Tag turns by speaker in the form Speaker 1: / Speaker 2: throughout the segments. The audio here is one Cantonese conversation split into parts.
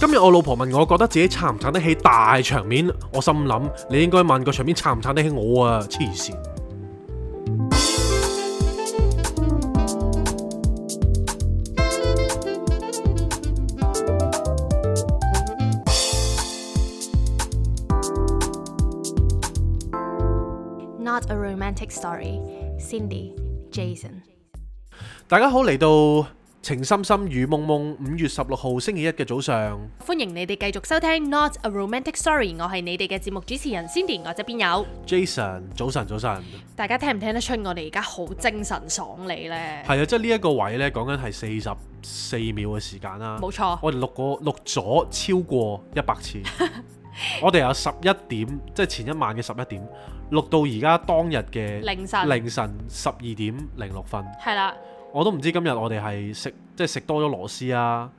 Speaker 1: 今日我老婆問我覺得自己撐唔撐得起大場面，我心諗你應該問個場面撐唔撐得起我啊，黐線！
Speaker 2: Not a romantic story. Cindy, Jason。
Speaker 1: 大家好，嚟到情深深雨濛濛五月十六號星期一嘅早上，
Speaker 2: 歡迎你哋繼續收聽 Not a romantic story。我係你哋嘅節目主持人 Cindy，我側邊有。
Speaker 1: Jason，早晨，早晨，
Speaker 2: 大家聽唔聽得出我哋而家好精神爽利呢？
Speaker 1: 係啊，即係呢一個位呢，講緊係四十四秒嘅時間啦。
Speaker 2: 冇錯
Speaker 1: 我哋錄過錄咗超過一百 次，我哋由十一點，即係前一晚嘅十一點，錄到而家當日嘅
Speaker 2: 凌晨
Speaker 1: 凌晨十二點零六分。
Speaker 2: 係啦，
Speaker 1: 我都唔知今日我哋係食即係食多咗螺絲啊，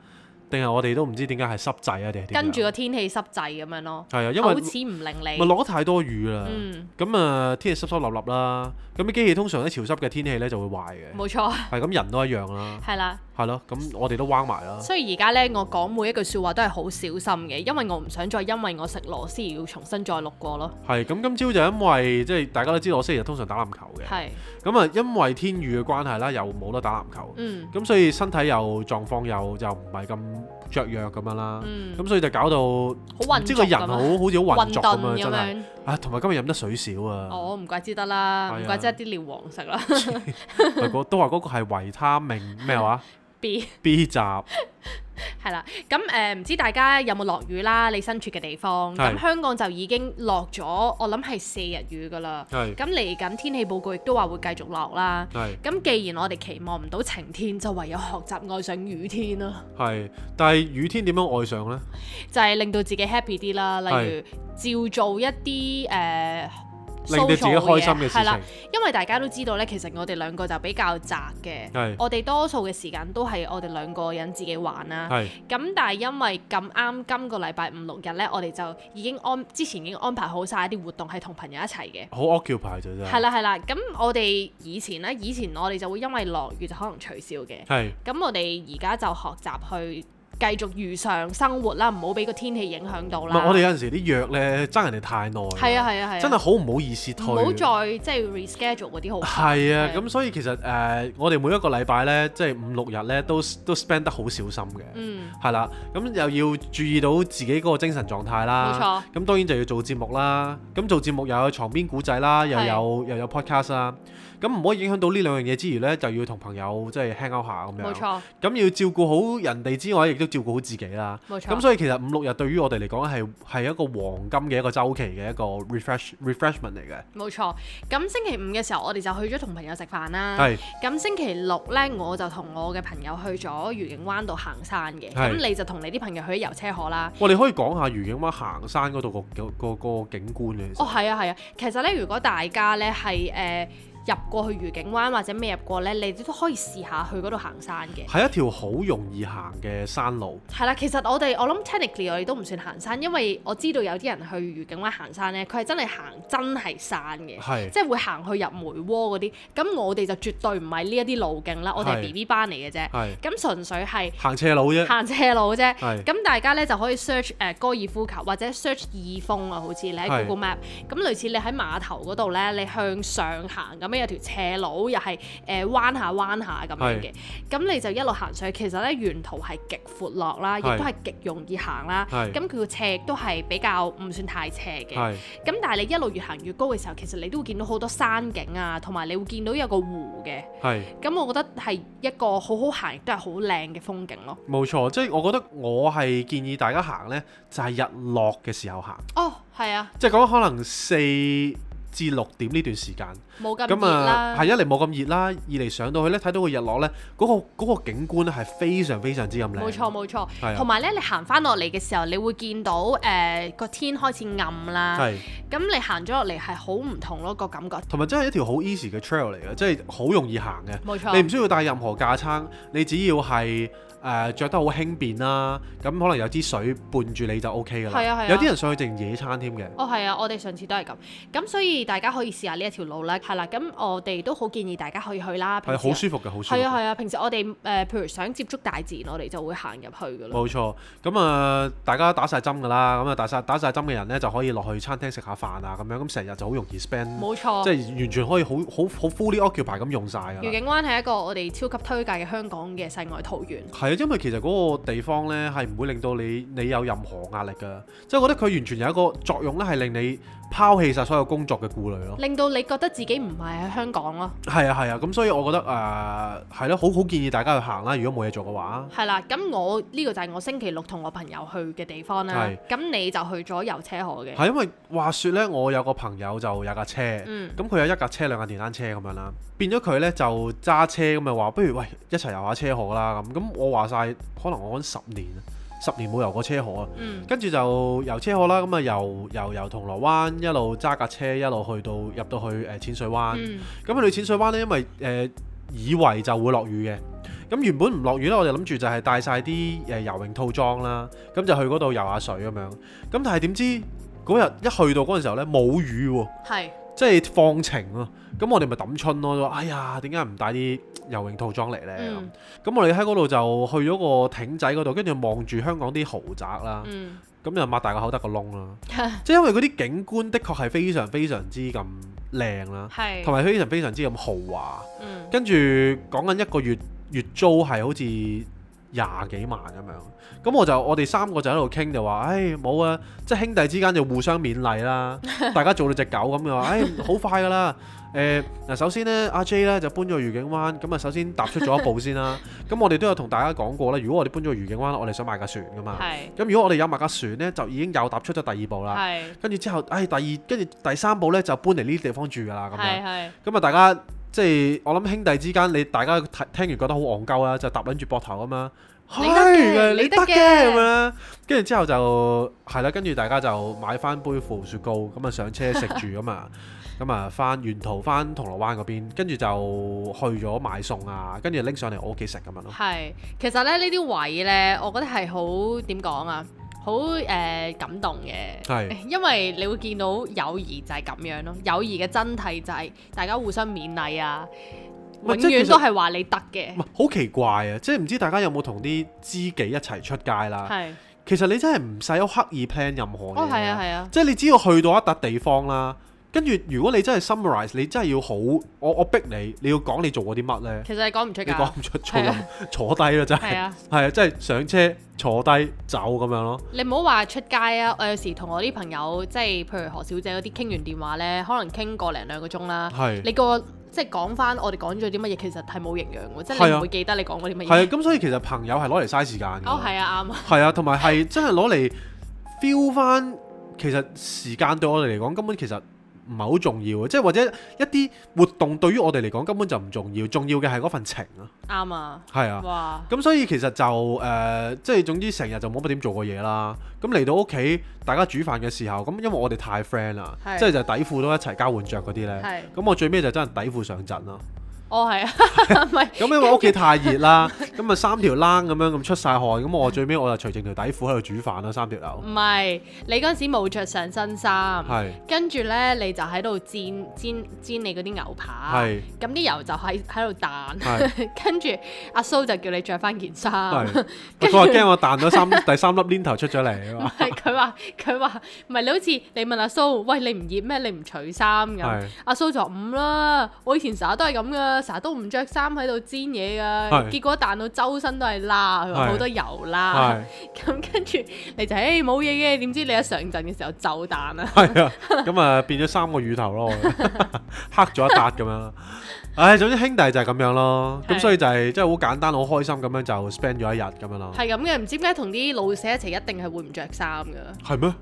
Speaker 1: 定係我哋都唔知點解係濕滯啊，定係點樣
Speaker 2: 跟住個天氣濕滯咁樣咯，
Speaker 1: 係啊，因為
Speaker 2: 口齒唔伶
Speaker 1: 咪
Speaker 2: 俐。
Speaker 1: 落得太多雨啦。
Speaker 2: 嗯，
Speaker 1: 咁啊、天氣濕濕立立啦。咁啲機器通常喺潮濕嘅天氣咧就會壞嘅。
Speaker 2: 冇錯，
Speaker 1: 係咁，人都一樣啦。
Speaker 2: 係啦。
Speaker 1: 係咯，咁我哋都彎埋啦。
Speaker 2: 所以而家呢，我講每一句説話都係好小心嘅，因為我唔想再因為我食螺絲而要重新再錄過咯。
Speaker 1: 係咁，今朝就因為即係大家都知道，我星期日通常打籃球嘅。
Speaker 2: 係，
Speaker 1: 咁啊，因為天雨嘅關係啦，又冇得打籃球。
Speaker 2: 嗯
Speaker 1: 咁所以身體又狀況又又唔係咁雀躍咁樣啦。
Speaker 2: 嗯，
Speaker 1: 咁所以就搞到唔
Speaker 2: 好混
Speaker 1: 知
Speaker 2: 濁
Speaker 1: 個人
Speaker 2: 咁
Speaker 1: 好好
Speaker 2: 樣，
Speaker 1: 似好混
Speaker 2: 混
Speaker 1: 濁
Speaker 2: 沌
Speaker 1: 咁樣，
Speaker 2: 嗯咁
Speaker 1: 真係
Speaker 2: 樣。
Speaker 1: 啊！同埋今日飲得水少啊，
Speaker 2: 哦，唔怪之得啦，
Speaker 1: 係啊
Speaker 2: 唔怪之得啲尿黃食啦。
Speaker 1: 咪嗰都話嗰個係維他命咩話
Speaker 2: B
Speaker 1: B 集係
Speaker 2: 係啦，咁誒唔知大家有冇落雨啦？你身處嘅地方，
Speaker 1: 係
Speaker 2: 咁香港就已經落咗，我諗係四日雨噶啦。
Speaker 1: 係
Speaker 2: 咁嚟緊天氣報告亦都話會繼續落啦。
Speaker 1: 係
Speaker 2: 咁既然我哋期望唔到晴天，就唯有學習愛上雨天啦，
Speaker 1: 係，但係雨天點樣愛上呢？
Speaker 2: 就係令到自己 happy 啲啦。例如照做一啲誒。呃
Speaker 1: 令到自己開心嘅事
Speaker 2: social 嘢係啦
Speaker 1: 情
Speaker 2: 因為大家都知道咧，其實我哋兩個就比較宅嘅
Speaker 1: 係，
Speaker 2: 我哋多數嘅時間都係我哋兩個人自己玩啦。
Speaker 1: 係
Speaker 2: 咁但係因為咁啱今個禮拜五六日呢，我哋就已經安之前已經安排好晒一啲活動係同朋友一齊嘅。
Speaker 1: 好 occupy 就真
Speaker 2: 係
Speaker 1: 係啊
Speaker 2: 啦係啦，咁我哋以前呢，以前我哋就會因為落雨就可能取消嘅。
Speaker 1: 係
Speaker 2: 咁我哋而家就學習去繼續如常生活啦，唔好俾個天氣影響到
Speaker 1: 唔
Speaker 2: 啦。
Speaker 1: 係我哋有陣時啲約呢，爭人哋太耐，
Speaker 2: 係啊係啊係啊，
Speaker 1: 真係好唔好意思推。
Speaker 2: 唔好再即係 reschedule 嗰啲好。
Speaker 1: 係啊，
Speaker 2: 係
Speaker 1: 咁所以其實誒、呃我哋每一個禮拜呢，即係五六日呢，都都 spend 得好小心嘅。
Speaker 2: 嗯，
Speaker 1: 係啦，咁又要注意到自己嗰個精神狀態啦。冇錯。咁當然就要做節目啦。咁做節目又有床邊古仔啦，又
Speaker 2: 係
Speaker 1: 有又有 podcast 啦。咁唔可以影響到呢兩樣嘢之餘呢，就要同朋友即係 hang out 下咁樣。
Speaker 2: 冇。錯
Speaker 1: 咁要照顧好人哋之外，亦都照顧好自己啦。
Speaker 2: 冇錯。
Speaker 1: 咁所以其實五六日對於我哋嚟講係係一個黃金嘅一個周期嘅一個 refresh refreshment 嚟嘅。
Speaker 2: 冇錯，咁星期五嘅時候，我哋就去咗同朋友食飯啦。
Speaker 1: 係
Speaker 2: 咁星期六呢，我就同我嘅朋友去咗愉景灣度行山嘅。
Speaker 1: 係
Speaker 2: 咁你就同你啲朋友去咗遊車河啦。
Speaker 1: 我哋可以講下愉景灣行山嗰度個個個個景觀嘅。其實
Speaker 2: 哦，係啊，係啊。其實呢，如果大家呢係誒、呃入過去愉景灣或者未入過呢，你哋都可以試下去嗰度行山嘅。
Speaker 1: 係一條好容易行嘅山路。
Speaker 2: 係啦，其實我哋我諗 technically 我哋都唔算行山，因為我知道有啲人去愉景灣行山呢，佢係真係行真係山嘅。
Speaker 1: 係。
Speaker 2: 即係會行去入梅窩嗰啲，咁我哋就絕對唔係呢一啲路徑啦，我哋係
Speaker 1: 係
Speaker 2: B B 班嚟嘅啫，
Speaker 1: 係
Speaker 2: 咁純粹係
Speaker 1: 行斜路啫。
Speaker 2: 行斜路啫。
Speaker 1: 係
Speaker 2: 咁大家咧就可以 search 誒、高爾夫球或者 search 二峰啊，好似你喺
Speaker 1: 係
Speaker 2: Google Map，咁類似你喺碼頭嗰度咧，你向上行咁樣有條斜路，又係誒、呃彎下彎下咁樣嘅，咁你就一路行上去。其實咧沿途係極闊落啦，亦
Speaker 1: 係
Speaker 2: 都係極容易行啦。
Speaker 1: 係
Speaker 2: 咁佢個斜亦都係比較唔算太斜嘅。
Speaker 1: 係
Speaker 2: 咁但係你一路越行越高嘅時候，其實你都會見到好多山景啊，同埋你會見到有個湖嘅。
Speaker 1: 係
Speaker 2: 咁我覺得係一個好好行，亦都係好靚嘅風景咯。
Speaker 1: 冇錯，即係我覺得我係建議大家行呢，就係、日落嘅時候行，
Speaker 2: 哦，係啊，
Speaker 1: 即係講可能四至六點呢段時間。
Speaker 2: 冇咁
Speaker 1: 咁
Speaker 2: 熱
Speaker 1: 啊，
Speaker 2: 啦，
Speaker 1: 係一嚟冇咁熱啦，二嚟上到去呢，睇到個日落呢，嗰、個嗰個景觀咧係非常非常之咁靚。
Speaker 2: 冇錯冇錯
Speaker 1: 係啊。
Speaker 2: 同埋咧，你行翻落嚟嘅時候，你會見到誒個、天開始暗啦。
Speaker 1: 係，
Speaker 2: 咁你行咗落嚟係好唔同咯，個感覺。
Speaker 1: 同埋真係一條好 easy 嘅 trail 嚟嘅，即係好容易行嘅。
Speaker 2: 冇錯
Speaker 1: 你唔需要帶任何架撐，你只要係誒著得好輕便啦，咁可能有支水伴住你就 OK 㗎啦。
Speaker 2: 係啊係啊
Speaker 1: 有啲人上去淨野餐添嘅。
Speaker 2: 哦，係啊，我哋上次都係咁，咁所以以大家可以試下呢一條路啦。係啦，咁我哋都好建議大家可以去啦。
Speaker 1: 係好舒服嘅，好舒服
Speaker 2: 係啊係
Speaker 1: 嘅。
Speaker 2: 啊，平時我哋誒、呃譬如想接觸大自然，我哋就會行入去噶啦。
Speaker 1: 冇錯，咁啊，大家打晒針㗎啦，咁啊，打晒打晒針嘅人呢，就可以落去餐廳食下飯啊，咁樣，咁成日就好容易 spend，
Speaker 2: 冇錯
Speaker 1: 即係完全可以好好好 fully occupy 咁用晒㗎啦。
Speaker 2: 愉景灣係一個我哋超級推介嘅香港嘅世外桃源。
Speaker 1: 係啊，因為其實嗰個地方呢，係唔會令到你你有任何壓力㗎，即係我覺得佢完全有一個作用呢，係令你拋棄晒所有工作嘅顧慮咯。
Speaker 2: 令到你覺得自己唔係喺香港咯，
Speaker 1: 係啊係啊，咁所以我覺得誒呃係咯，好好建議大家去行啦，如果冇嘢做嘅話。
Speaker 2: 係啦。咁我呢、個就係我星期六同我朋友去嘅地方啦
Speaker 1: 係。
Speaker 2: 咁你就去咗遊車河嘅，
Speaker 1: 係因為話說呢，我有個朋友就有架車，咁佢、
Speaker 2: 嗯
Speaker 1: 有一架車兩架電單車咁樣啦，變咗佢呢就揸車咁咪啊話，不如喂一齊遊下車河啦咁。咁我話晒，可能我講十年，啊十年冇遊過車河啊。
Speaker 2: 嗯，
Speaker 1: 跟住就遊車河啦，咁啊由由由銅鑼灣一路揸架車一路去到入到去誒、呃、淺水灣。
Speaker 2: 嗯，
Speaker 1: 咁去到淺水灣呢，因為誒、呃以為就會落雨嘅，咁原本唔落雨呢，我哋諗住就係帶晒啲誒游泳套裝啦，咁就去嗰度游下水咁樣。咁但係點知嗰日一去到嗰陣時候呢，冇雨喎、
Speaker 2: 係
Speaker 1: 即係放晴咯、咁我哋咪揼春咯，話哎呀點解唔帶啲游泳套裝嚟呢？
Speaker 2: 嗯
Speaker 1: 咁、咁我哋喺嗰度就去咗個艇仔嗰度，跟住望住香港啲豪宅啦。
Speaker 2: 嗯，
Speaker 1: 咁啊就擘大個口得個窿 啦，即係因為嗰啲景觀的確係非常非常之咁靚啦，同
Speaker 2: 係，
Speaker 1: 埋非常非常之咁豪華。
Speaker 2: 嗯，
Speaker 1: 跟住講緊一個月月租係好似廿幾萬咁樣，咁我就我哋三個就喺度傾就話，唉冇啊，即係兄弟之間就互相勉勵 啦，大家做到隻狗咁嘅話，唉好快噶啦，誒、嗱首先呢，阿 J 呢就搬咗去愉景灣，咁啊首先踏出咗一步先啦，咁我哋都有同大家講過啦，如果我哋搬咗去愉景灣，我哋想買架船噶嘛。
Speaker 2: 係，
Speaker 1: 咁如果我哋有埋架船呢，就已經有踏出咗第二步啦。
Speaker 2: 係，
Speaker 1: 跟住之後，唉、第二跟住第三步呢，就搬嚟呢啲地方住㗎啦。咁
Speaker 2: 係，
Speaker 1: 樣
Speaker 2: 係，
Speaker 1: 咁啊，大家即係我諗兄弟之間，你大家睇聽完覺得好戇鳩啊啦，就搭撚住膊頭咁啊啦。
Speaker 2: 你得嘅
Speaker 1: 係
Speaker 2: 你得嘅
Speaker 1: 咁樣啦。跟住之後就係啦，跟住大家就買翻杯腐雪糕，咁啊上車食住咁啊， 咁啊翻沿途翻銅鑼灣嗰邊，跟住就去咗買餸啊，跟住拎上嚟我屋企食咁樣咯。
Speaker 2: 係。其實咧呢啲位咧，我覺得係好點講啊，好誒、呃感動嘅。
Speaker 1: 係
Speaker 2: 因為你會見到友誼就係咁樣咯，友誼嘅真諦就係大家互相勉勵啊，
Speaker 1: 唔係即係
Speaker 2: 永
Speaker 1: 其
Speaker 2: 遠
Speaker 1: 實
Speaker 2: 都係話你得嘅
Speaker 1: 唔，係好奇怪啊！即係唔知大家有冇同啲知己一齊出街啦？
Speaker 2: 係，
Speaker 1: 其實你真係唔使好刻意 plan 任啊何嘢。
Speaker 2: 哦係啊係啊，
Speaker 1: 即係你只要去到一笪地方啦，跟住如果你真係 summarize，你真係要好，我我逼你，你要講你做過啲乜呢？
Speaker 2: 其實你講唔出
Speaker 1: 你講
Speaker 2: 㗎，
Speaker 1: 唔出，坐
Speaker 2: 係啊
Speaker 1: 坐低啦，真
Speaker 2: 係
Speaker 1: 係
Speaker 2: 啊，
Speaker 1: 係啊，真係上車坐低走咁樣咯。
Speaker 2: 你唔好話出街啊！我有時同我啲朋友，即係譬如何小姐嗰啲傾完電話呢，可能傾個零兩個鐘啦，
Speaker 1: 係
Speaker 2: 啊你個即係講翻我哋講咗啲乜嘢，其實係冇營養嘅，即係
Speaker 1: 係
Speaker 2: 你
Speaker 1: 啊
Speaker 2: 唔會記得你講過啲乜
Speaker 1: 係啊，
Speaker 2: 嘢。
Speaker 1: 咁所以其實朋友係攞嚟嘥時間嘅。
Speaker 2: 哦，係啊，啱啊，
Speaker 1: 係啊，同埋係真係攞嚟 feel 翻，其實時間對我哋嚟講根本其實唔係好重要嘅，即係或者一啲活動對於我哋嚟講根本就唔重要，重要嘅係嗰份情啊。
Speaker 2: 啱啊，
Speaker 1: 係啊。
Speaker 2: 哇！
Speaker 1: 咁所以其實就誒、呃即係總之成日就冇乜點做過嘢啦。咁嚟到屋企，大家煮飯嘅時候，咁因為我哋太 friend 啦，
Speaker 2: 係
Speaker 1: 即係就底褲都一齊交換着嗰啲呢。
Speaker 2: 係，
Speaker 1: 咁我最尾就真係底褲上陣啦。
Speaker 2: 哦係 啊，唔係，
Speaker 1: 咁因為屋企太熱 啦，咁啊三條冷咁樣咁出晒汗，咁我最尾我就除剩條底褲喺度煮飯啦，三條友。
Speaker 2: 唔係，你嗰陣時冇着上身衫，
Speaker 1: 係
Speaker 2: 跟住呢，你就喺度煎煎煎你嗰啲牛扒，
Speaker 1: 係
Speaker 2: 咁啲油就喺喺度彈，
Speaker 1: 係
Speaker 2: 跟住阿蘇就叫你着翻件衫。
Speaker 1: 係，佢話驚我彈咗三第三粒鏈頭出咗嚟 啊嘛。
Speaker 2: 係佢話佢話唔係你好似你問阿蘇，喂你唔熱咩？你唔除衫咁
Speaker 1: 係。
Speaker 2: 阿蘇就話唔啦，我以前成日都係咁噶，成日都唔着衫喺度煎嘢噶，
Speaker 1: 係
Speaker 2: 結果彈到周身都係啦，佢話
Speaker 1: 係
Speaker 2: 好多油啦
Speaker 1: 係。
Speaker 2: 咁跟住你就誒冇嘢嘅，點知你一上陣嘅時候就彈啦。
Speaker 1: 係啊，咁啊變咗三個乳頭咯，我 哋黑咗一笪咁樣啦。唉，總之兄弟就係咁樣咯，
Speaker 2: 係
Speaker 1: 咁所以就係即係好簡單，好開心咁樣就 spend 咗一日咁樣咯。
Speaker 2: 係咁嘅，唔知點解同啲老社一齊一定係會唔着衫噶。
Speaker 1: 係咩？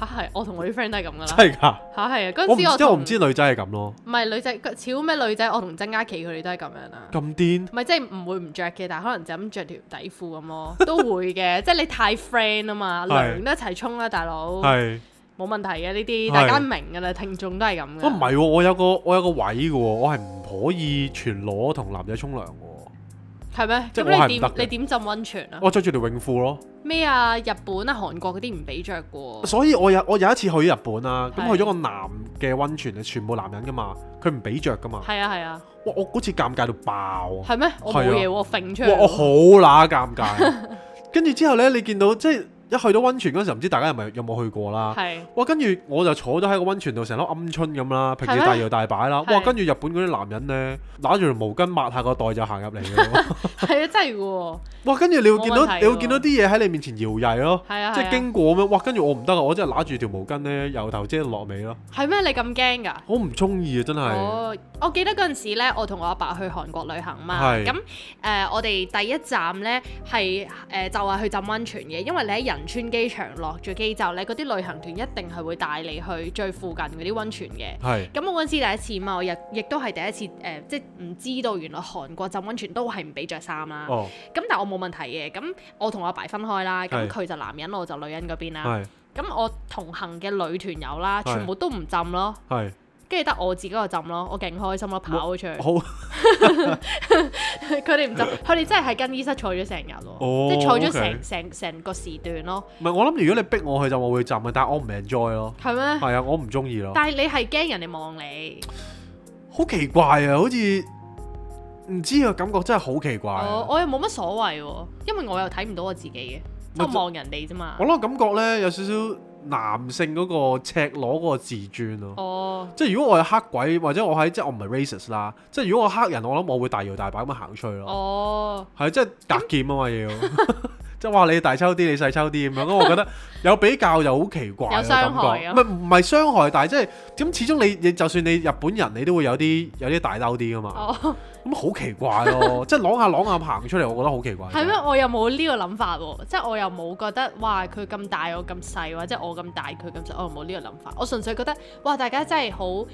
Speaker 2: 嚇係，我同我啲 friend 都係咁噶
Speaker 1: 真
Speaker 2: 啦。
Speaker 1: 係㗎？
Speaker 2: 嚇係啊，嗰
Speaker 1: 我唔
Speaker 2: 陣時
Speaker 1: 知，我唔
Speaker 2: 同
Speaker 1: 知女仔係咁咯，
Speaker 2: 唔係女仔，超咩女仔？我同曾嘉琪佢哋都係咁樣啊啦。
Speaker 1: 咁癲
Speaker 2: 唔係即係唔會唔着嘅，但係可能就咁着條底褲 咁咯，都會嘅。即係你太 friend 啊嘛，
Speaker 1: 係
Speaker 2: 涼都一齊沖啦，大佬，
Speaker 1: 係。
Speaker 2: 冇問題嘅呢啲，
Speaker 1: 係
Speaker 2: 大家明㗎啦，聽眾都係咁
Speaker 1: 哦我唔
Speaker 2: 嘅。
Speaker 1: 係喎，我有個我有個位嘅喎，我係唔可以全裸同男仔沖涼嘅喎，
Speaker 2: 係咩？
Speaker 1: 即係
Speaker 2: 咁
Speaker 1: 我係
Speaker 2: 你
Speaker 1: 唔得
Speaker 2: 點
Speaker 1: 嘅
Speaker 2: 你點浸温泉啊？
Speaker 1: 我着住條泳褲咯，
Speaker 2: 咩啊日本啊韓國嗰啲唔俾着嘅喎，
Speaker 1: 所以我有我有一次去日本啦，咁
Speaker 2: 係
Speaker 1: 去咗個男嘅温泉，係全部男人噶嘛，佢唔俾着噶嘛，
Speaker 2: 係啊係啊，
Speaker 1: 哇！我嗰次尷尬到爆，哇！
Speaker 2: 係咩？我冇
Speaker 1: 係啊
Speaker 2: 嘢喎，我揈出嚟
Speaker 1: 我
Speaker 2: 喎。
Speaker 1: 好乸尷尬， 跟住之後呢，你見到即係一去到温泉嗰陣時，唔知大家係咪有冇去過啦？
Speaker 2: 係
Speaker 1: 哇！跟住我就坐咗喺個温泉度成粒鵪鶉咁啦，平時
Speaker 2: 係咩
Speaker 1: 大搖大擺啦。
Speaker 2: 係
Speaker 1: 哇！跟住日本嗰啲男人呢，揦住條毛巾抹下個袋就行入嚟 嘅。
Speaker 2: 係啊，真係嘅喎，
Speaker 1: 哇！跟住你會見
Speaker 2: 冇
Speaker 1: 到
Speaker 2: 問題
Speaker 1: 你
Speaker 2: 喎
Speaker 1: 會見到啲嘢喺你面前搖曳咯，
Speaker 2: 係啊
Speaker 1: 即
Speaker 2: 係
Speaker 1: 係
Speaker 2: 啊，
Speaker 1: 經過咁樣。哇！跟住我唔得啊，我真係揦住條毛巾呢，由頭遮到落尾咯。
Speaker 2: 係咩？你咁驚㗎？
Speaker 1: 我唔中意啊，真係。
Speaker 2: 哦，我記得嗰陣時咧，我同我阿爸去韓國旅行嘛，
Speaker 1: 係
Speaker 2: 咁誒、呃我哋第一站咧係誒就係去浸温泉嘅，因為你喺仁川機場落咗機之後咧，嗰啲旅行團一定係會帶你去最附近嗰啲温泉嘅。
Speaker 1: 係
Speaker 2: 咁我嗰陣時第一次嘛，我亦亦都係第一次誒、呃即係唔知道原來韓國浸温泉都係唔俾着衫啦。咁、
Speaker 1: 哦，
Speaker 2: 但係我冇問題嘅，咁我同我阿爸分開啦，咁
Speaker 1: 係
Speaker 2: 佢就男人，我就女人嗰邊啦。
Speaker 1: 係
Speaker 2: 咁我同行嘅女團友啦，
Speaker 1: 係
Speaker 2: 全部都唔浸咯。
Speaker 1: 係
Speaker 2: 跟住得我自己個浸咯，我勁開心咯，跑咗出去。
Speaker 1: 好。
Speaker 2: 佢哋唔浸，佢哋真係喺更衣室坐咗成日喎，
Speaker 1: 哦
Speaker 2: 即係坐咗
Speaker 1: OK
Speaker 2: 成成成個時段咯，
Speaker 1: 唔係我諗，如果你逼我去就我會浸啊嘅，但係我唔 enjoy 咯。
Speaker 2: 係咩？
Speaker 1: 係啊，我唔中意咯。
Speaker 2: 但係你係驚人哋望你，
Speaker 1: 好奇怪啊，好似唔知啊，感覺真係好奇怪啊。
Speaker 2: 我我又冇乜所謂喎，因為我又睇唔到我自己嘅，即
Speaker 1: 咪
Speaker 2: 係
Speaker 1: 就
Speaker 2: 我望人哋啫嘛
Speaker 1: 我。諗感覺咧有少少男性嗰個赤裸嗰個自尊咯。
Speaker 2: 哦，
Speaker 1: 即係如果我係黑鬼，或者我喺即係我唔係 racist 啦。即係如果我黑人，我諗我會大搖大擺咁樣行出去咯。
Speaker 2: 哦，
Speaker 1: 係即係隔劍啊嘛要， 即係話你大抽啲，你細抽啲咁樣。咁我覺得有比較就好奇怪
Speaker 2: 有
Speaker 1: 嘅
Speaker 2: 傷
Speaker 1: 感
Speaker 2: 害
Speaker 1: 覺，
Speaker 2: 啊
Speaker 1: 唔係唔係傷害，但係即係咁始終你你就算你日本人，你都會有啲有啲大兜啲噶嘛。
Speaker 2: 哦，
Speaker 1: 咁好奇怪 咯，即係啷下啷下行出嚟，我覺得好奇怪。
Speaker 2: 係咩？我又冇呢個諗法喎，即係我又冇覺得哇佢咁大我咁細，或者我咁大佢咁細，我又冇呢個諗法。我純粹覺得哇大家真係好誒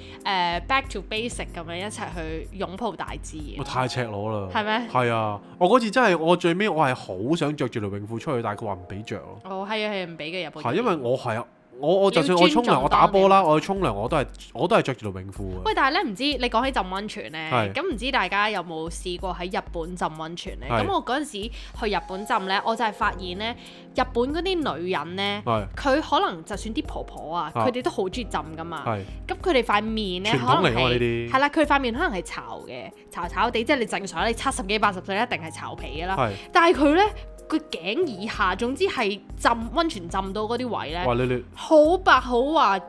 Speaker 2: back to basic 咁樣一齊去擁抱大自
Speaker 1: 我
Speaker 2: 然，
Speaker 1: 太赤裸啦。
Speaker 2: 係咩？
Speaker 1: 係啊，我嗰次真係我最尾我係好想着住條泳褲出去，但係佢話唔俾着咯。
Speaker 2: 哦，係啊，係啊唔俾嘅日本人。
Speaker 1: 係因為我係啊，我我
Speaker 2: 你
Speaker 1: 就
Speaker 2: 要
Speaker 1: 算我沖涼，
Speaker 2: 尊重
Speaker 1: 我打波啦，
Speaker 2: 當地
Speaker 1: 我去沖涼我都係我都係着住條泳褲嘅。
Speaker 2: 喂，但係咧唔知你講起浸温泉咧
Speaker 1: 係，
Speaker 2: 咁唔知大家有冇試過喺日本浸温泉咧？
Speaker 1: 係
Speaker 2: 咁我嗰陣時去日本浸咧，我就係發現咧，日本嗰啲女人咧，
Speaker 1: 係
Speaker 2: 佢可能就算啲婆婆啊，
Speaker 1: 啊
Speaker 2: 佢哋都好中意浸噶嘛。
Speaker 1: 係
Speaker 2: 咁佢哋塊面咧，
Speaker 1: 傳統
Speaker 2: 可能
Speaker 1: 嚟喎呢
Speaker 2: 係
Speaker 1: 啲
Speaker 2: 係啦，佢哋塊面可能係巢嘅，巢巢地，即係你正常，你七十幾八十歲一定係巢皮嘅啦。
Speaker 1: 係，
Speaker 2: 但係佢咧，佢頸以下，總之係浸温泉浸到嗰啲位咧。
Speaker 1: 哇你你
Speaker 2: 好白好滑嘅喎、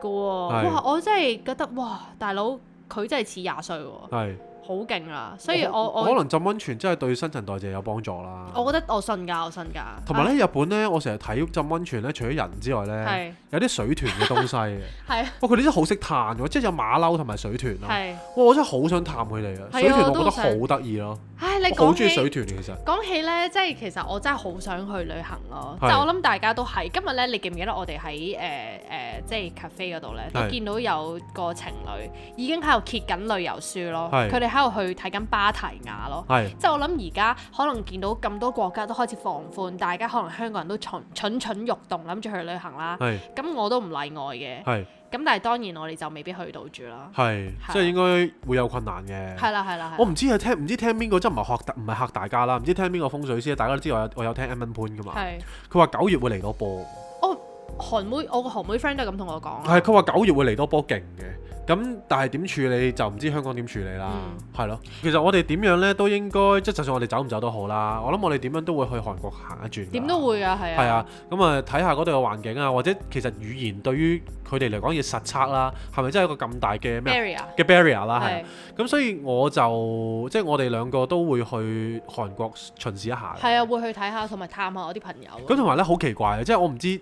Speaker 1: 係
Speaker 2: 哇！我真係覺得哇，大佬佢真係似廿歲喎，
Speaker 1: 係。
Speaker 2: 好勁啊！所以我
Speaker 1: 可
Speaker 2: 我
Speaker 1: 能浸温泉真係對新陳代謝有幫助啦。
Speaker 2: 我覺得我信㗎，我信㗎。
Speaker 1: 同埋咧，日本咧，我成日睇浸温泉咧，除咗人之外
Speaker 2: 啊，
Speaker 1: 咧，
Speaker 2: 係
Speaker 1: 有啲水豚嘅東西 嘅。
Speaker 2: 係啊
Speaker 1: 哇！佢哋真係好識嘆喎，即係有馬騮同埋水豚咯。
Speaker 2: 係，
Speaker 1: 哇！我真係好想探佢哋
Speaker 2: 係
Speaker 1: 啊！
Speaker 2: 啊
Speaker 1: 水豚
Speaker 2: 我
Speaker 1: 我
Speaker 2: 都
Speaker 1: 覺得
Speaker 2: 好想
Speaker 1: 好得意咯，
Speaker 2: 唉，你
Speaker 1: 我好
Speaker 2: 講
Speaker 1: 中意水
Speaker 2: 起
Speaker 1: 豚嘅其實。
Speaker 2: 講起咧，即係其實我真係好想去旅行咯。即
Speaker 1: 係
Speaker 2: 係我諗大家都係。今日咧，你記唔記得我哋喺誒誒即係 cafe 嗰度咧，都
Speaker 1: 係
Speaker 2: 見到有個情侶已經喺度揭緊旅遊書咯，
Speaker 1: 係
Speaker 2: 佢哋喺度去睇緊芭提雅咯。
Speaker 1: 係
Speaker 2: 即係我諗而家可能見到咁多國家都開始放寬，大家可能香港人都蠢蠢蠢欲動，諗住去旅行啦。
Speaker 1: 係
Speaker 2: 咁我都唔例外嘅。咁
Speaker 1: 係
Speaker 2: 但係當然我哋就未必去到住啦。
Speaker 1: 係
Speaker 2: 係，
Speaker 1: 即係應該會有困難嘅。
Speaker 2: 係啦係啦係
Speaker 1: 我
Speaker 2: 啦。
Speaker 1: 唔知係啊聽唔知聽邊個，即係唔係學大唔係嚇大家啦，唔知聽邊個風水師，大家都知我有我有聽 M N 潘噶嘛。
Speaker 2: 係
Speaker 1: 佢話九月會嚟多波，
Speaker 2: 韓妹，我個韓妹 friend 都係咁同我講啊。
Speaker 1: 係佢話九月會嚟多波勁嘅。咁但係點處理就唔知香港點處理啦，
Speaker 2: 嗯
Speaker 1: 係咯、其實我哋點樣呢都應該，即係就算我哋走唔走都好啦。我諗我哋點樣都會去韓國行一轉㗎。
Speaker 2: 點都會啊，係啊。
Speaker 1: 係啊，咁啊睇下嗰度嘅環境啊，或者其實語言對於佢哋嚟講要實測啦，係咪真係一個咁大嘅咩啊
Speaker 2: Barrier
Speaker 1: 嘅 barrier 啦？係
Speaker 2: 係
Speaker 1: 啊咁，所以我就即係我哋兩個都會去韓國巡視一下。
Speaker 2: 係啊，會去睇下同埋探下我啲朋友。
Speaker 1: 咁同埋咧好奇怪啊，即係我唔知，